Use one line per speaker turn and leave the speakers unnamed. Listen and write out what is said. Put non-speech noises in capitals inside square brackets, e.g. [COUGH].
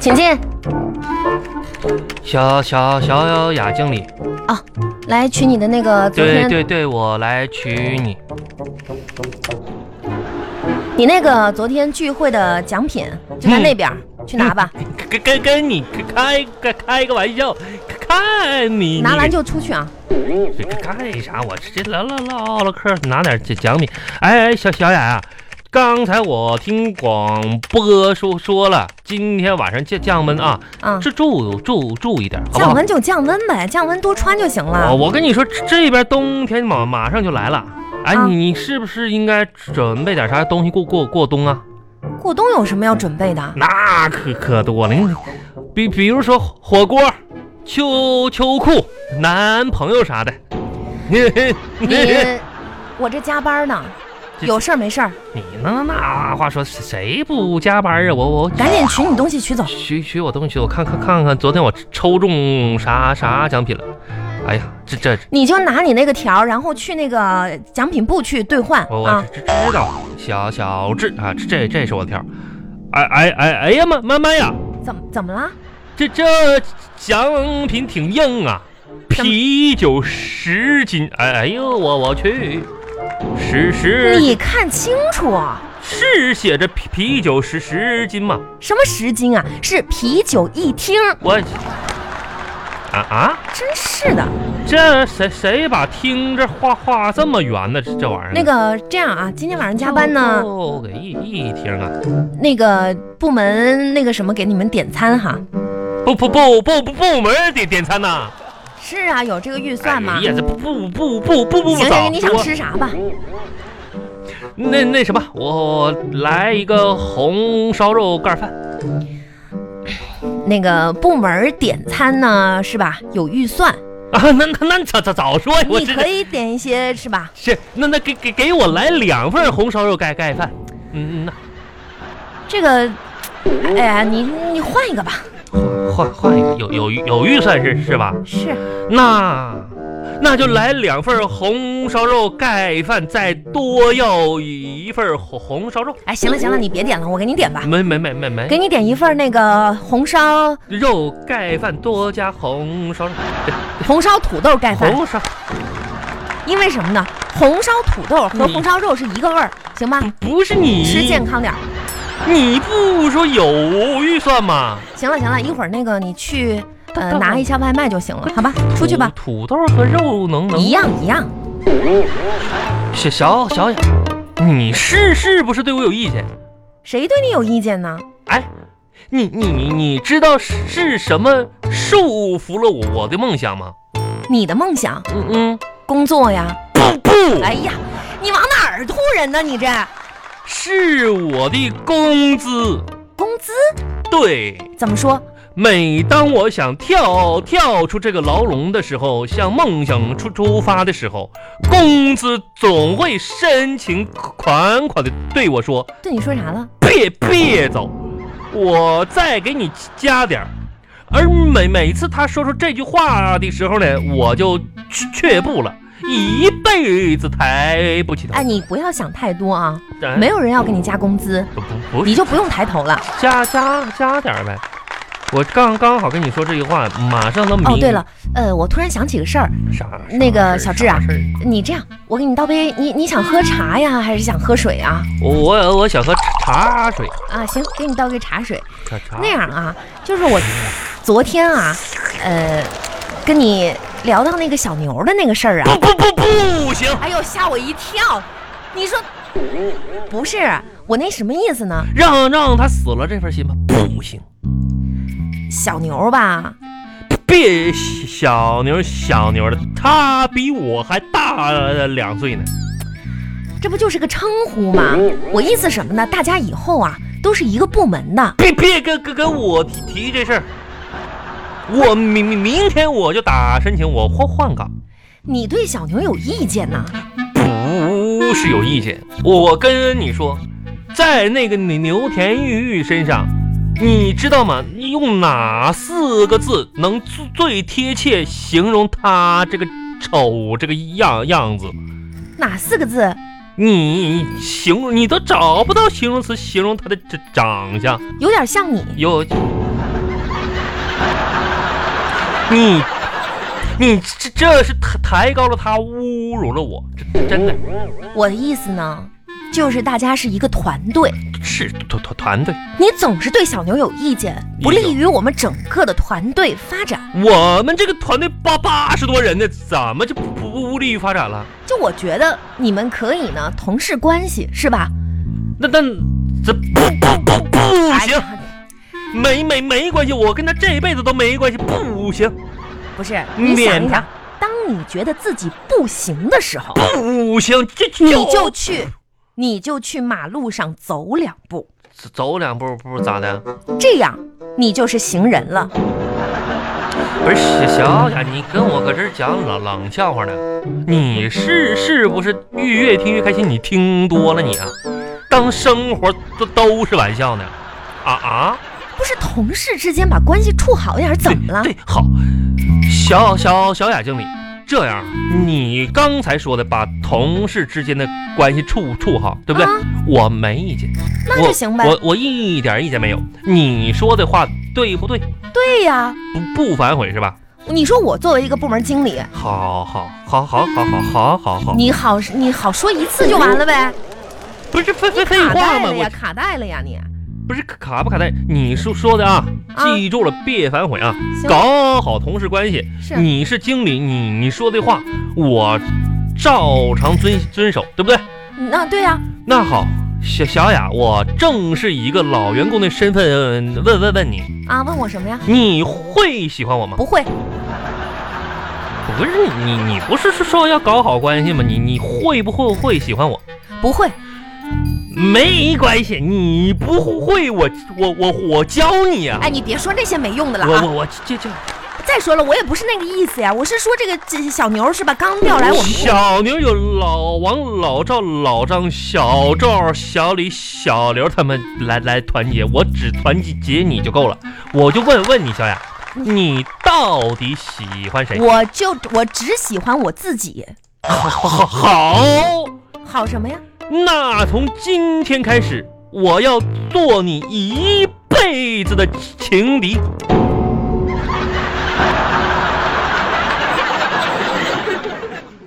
请进。
小小小小雅经理，
哦，来取你的那个昨
对
天
对对，我来娶你。
你那个昨天聚会的奖品就在那边，
嗯
去拿吧，
跟跟跟你开开开个玩笑，看你
拿
你
完就出去啊。
这干啥？我直接唠唠唠唠嗑，拿点奖奖品。哎哎，小小雅啊，刚才我听广播说说了，今天晚上降降温啊，
啊，
注注注注意点，好不
降
好？
温就降温呗，降温多穿就行
我
了。
我跟你说，这这边冬天马马上就来了。哎，
啊
你你是不是应该准备点啥东西过过过冬啊？
过冬有什么要准备
[LAUGHS]
的？
那可可多了，你比比如说火锅、秋秋裤、男朋友啥的。 [LAUGHS]
你，我这加班呢，
这
有事儿没事儿，
你呢？那话说谁不加班啊？我我
赶紧取你东西取走。
取取我东西，我看看看看，昨天我抽中啥啥奖品了？哎呀，这这
你就拿你那个条儿，然后去那个奖品部去兑换
我我
啊。
知知道，小小智啊，这这是我的条。哎哎哎哎呀妈妈妈呀，
怎么怎么了？
这这奖品挺硬啊，啤酒十斤。哎哎呦我我去，十十
你看清楚啊，
是写着啤啤酒十十斤吗？
什么十斤啊？是啤酒一听，
我啊啊！
真是的。
这谁谁把听这画画这么圆呢？这这玩意儿
那个这样啊，今天晚上加班呢，
我给一一听啊！
那个部门那个什么给你们点餐哈。
不不不不不部门点点餐呐！
是啊，有这个预算吗
哎？呀，这不不不不不不不
行
少。
行，你想吃啥吧？
我那那什么，我来一个红烧肉盖饭。
那个部门点餐呢，是吧？有预算，
[LAUGHS] 啊，那那那早早早说呀！哎我
你
这
可以点一些，是吧？
是那那给给给我来两份红烧肉盖盖饭。嗯嗯，那
这个，哎呀，你你换一个吧。
换换一个，有有有预算是是吧？
是，
那那就来两份红烧肉盖饭，再多要一份红红烧肉。
哎，行了行了，你别点了，我给你点吧，
没没没没没，
给你点一份那个红烧
肉盖饭多加红烧肉，
红烧土豆盖饭。啊
红烧
因为什么呢？红烧土豆和
你
红烧肉是一个味儿，行吧？
不是你
吃健康点儿。
你不说有预算吗？
行了行了，一会儿那个你去呃
嗯到嗯
拿一下外卖就行了，好吧？出去吧，
土，土豆和肉能
一
能
样一样。
小小小雅，你是是不是对我有意见？
谁对你有意见呢？
哎，你你你你知道是什么束缚了我我的梦想吗？
你的梦想，
嗯嗯，
工作呀？
不不。
哎呀，你往哪儿吐人呢？你这
是我的工资。
工资
对，
怎么说？
每当我想跳跳出这个牢笼的时候，向梦想出出发的时候，工资总会深情款款的对我说
对你说啥了？：“
别别走，我再给你加点儿。”而每每次他说出这句话的时候呢，我就却却步了，一辈子抬不起头
哎，。你不要想太多啊，
哎
没有人要给你加工资，
不不是
你就不用抬头了。
加加加点儿呗。我刚刚好跟你说这句话，马上能明。
哦，对了，呃，我突然想起个事儿，
啥？
那个小
啥
智啊
啥事儿
你这样，我给你倒杯，你你想喝茶呀，还是想喝水啊？
我我我想喝茶水，
啊，行，给你倒杯茶水。
茶茶
那样啊，就是我昨天啊，呃，跟你聊到那个小牛的那个事儿啊，
不不不不行，
哎呦，吓我一跳！你说不是我那什么意思呢？
让让他死了这份心吧，不行。
小牛吧，
别小牛小牛的，他比我还大两岁呢。
这不就是个称呼吗？我意思什么呢？大家以后啊都是一个部门的，
别别跟跟跟我提提这事儿，我明明明天我就打申请，我换换岗。
你对小牛有意见呢？
不是有意见，我跟你说，在那个牛牛田玉玉身上，你知道吗？用哪四个字能最最贴切形容他这个丑这个样样子？
哪四个字？
你形容你都找不到形容词形容他的这长相，
有点像你，
有你你这这是抬抬高了他，侮辱了我，这真的
我的意思呢，就是大家是一个团队，
是团团团队。
你总是对小牛有意见，不利于我们整个的团队发展。
我们这个团队八八十多人呢，怎么就不不不利于发展了？
就我觉得你们可以呢，同事关系是吧？
那那这不不不不
哎
行，
呀，
没没没关系，我跟他这辈子都没关系，不行
不是，
免
你想一
谈
想，当你觉得自己不行的时候，
不行，这
你就去，你就去马路上走两步，
走走两步不咋的？
这样你就是行人了。
不是小小姐，你跟我搁这儿讲冷冷笑话呢？你是是不是越越听越开心？你听多了你啊，当生活都都是玩笑呢？啊啊！
不是同事之间把关系处好一点，怎么了？
对，对好，小小小雅经理，这样你刚才说的把同事之间的关系处处好，对不对？
啊
我没意见，
那
我
就行呗
我我一点意见没有，你说的话对不对？
对呀、
不不反悔是吧？
你说我作为一个部门经理，
好好好好好好好好好，
你好，你好说一次就完了呗？
不是废废废
卡
话
带
吗？
了呀，
我
卡带了呀你。
不是卡不卡带？你说说的啊，
啊
记住了，别反悔啊，
行
搞好同事关系。
是
你是经理，你你说的话我照常遵遵守，对不对？
那嗯啊对呀、
那好，小小雅，我正是一个老员工的身份问问问你，
啊，问我什么呀？
你会喜欢我吗？
不会，
不是你，你不是说要搞好关系吗？你你会不会会喜欢我？
不会，
没关系，你不会我我我我教你呀、
哎，你别说那些没用的了
我
啊！
我我这这。
再说了，我也不是那个意思呀，我是说这个这小牛是吧？刚调来我们部，
小牛有老王、老赵、老张、小赵、小李、小刘他们来来团结，我只团结你就够了。我就问问你，小雅，你到底喜欢谁？
我就我只喜欢我自己，
好，好，
好什么呀？
那从今天开始，我要做你一辈子的情敌。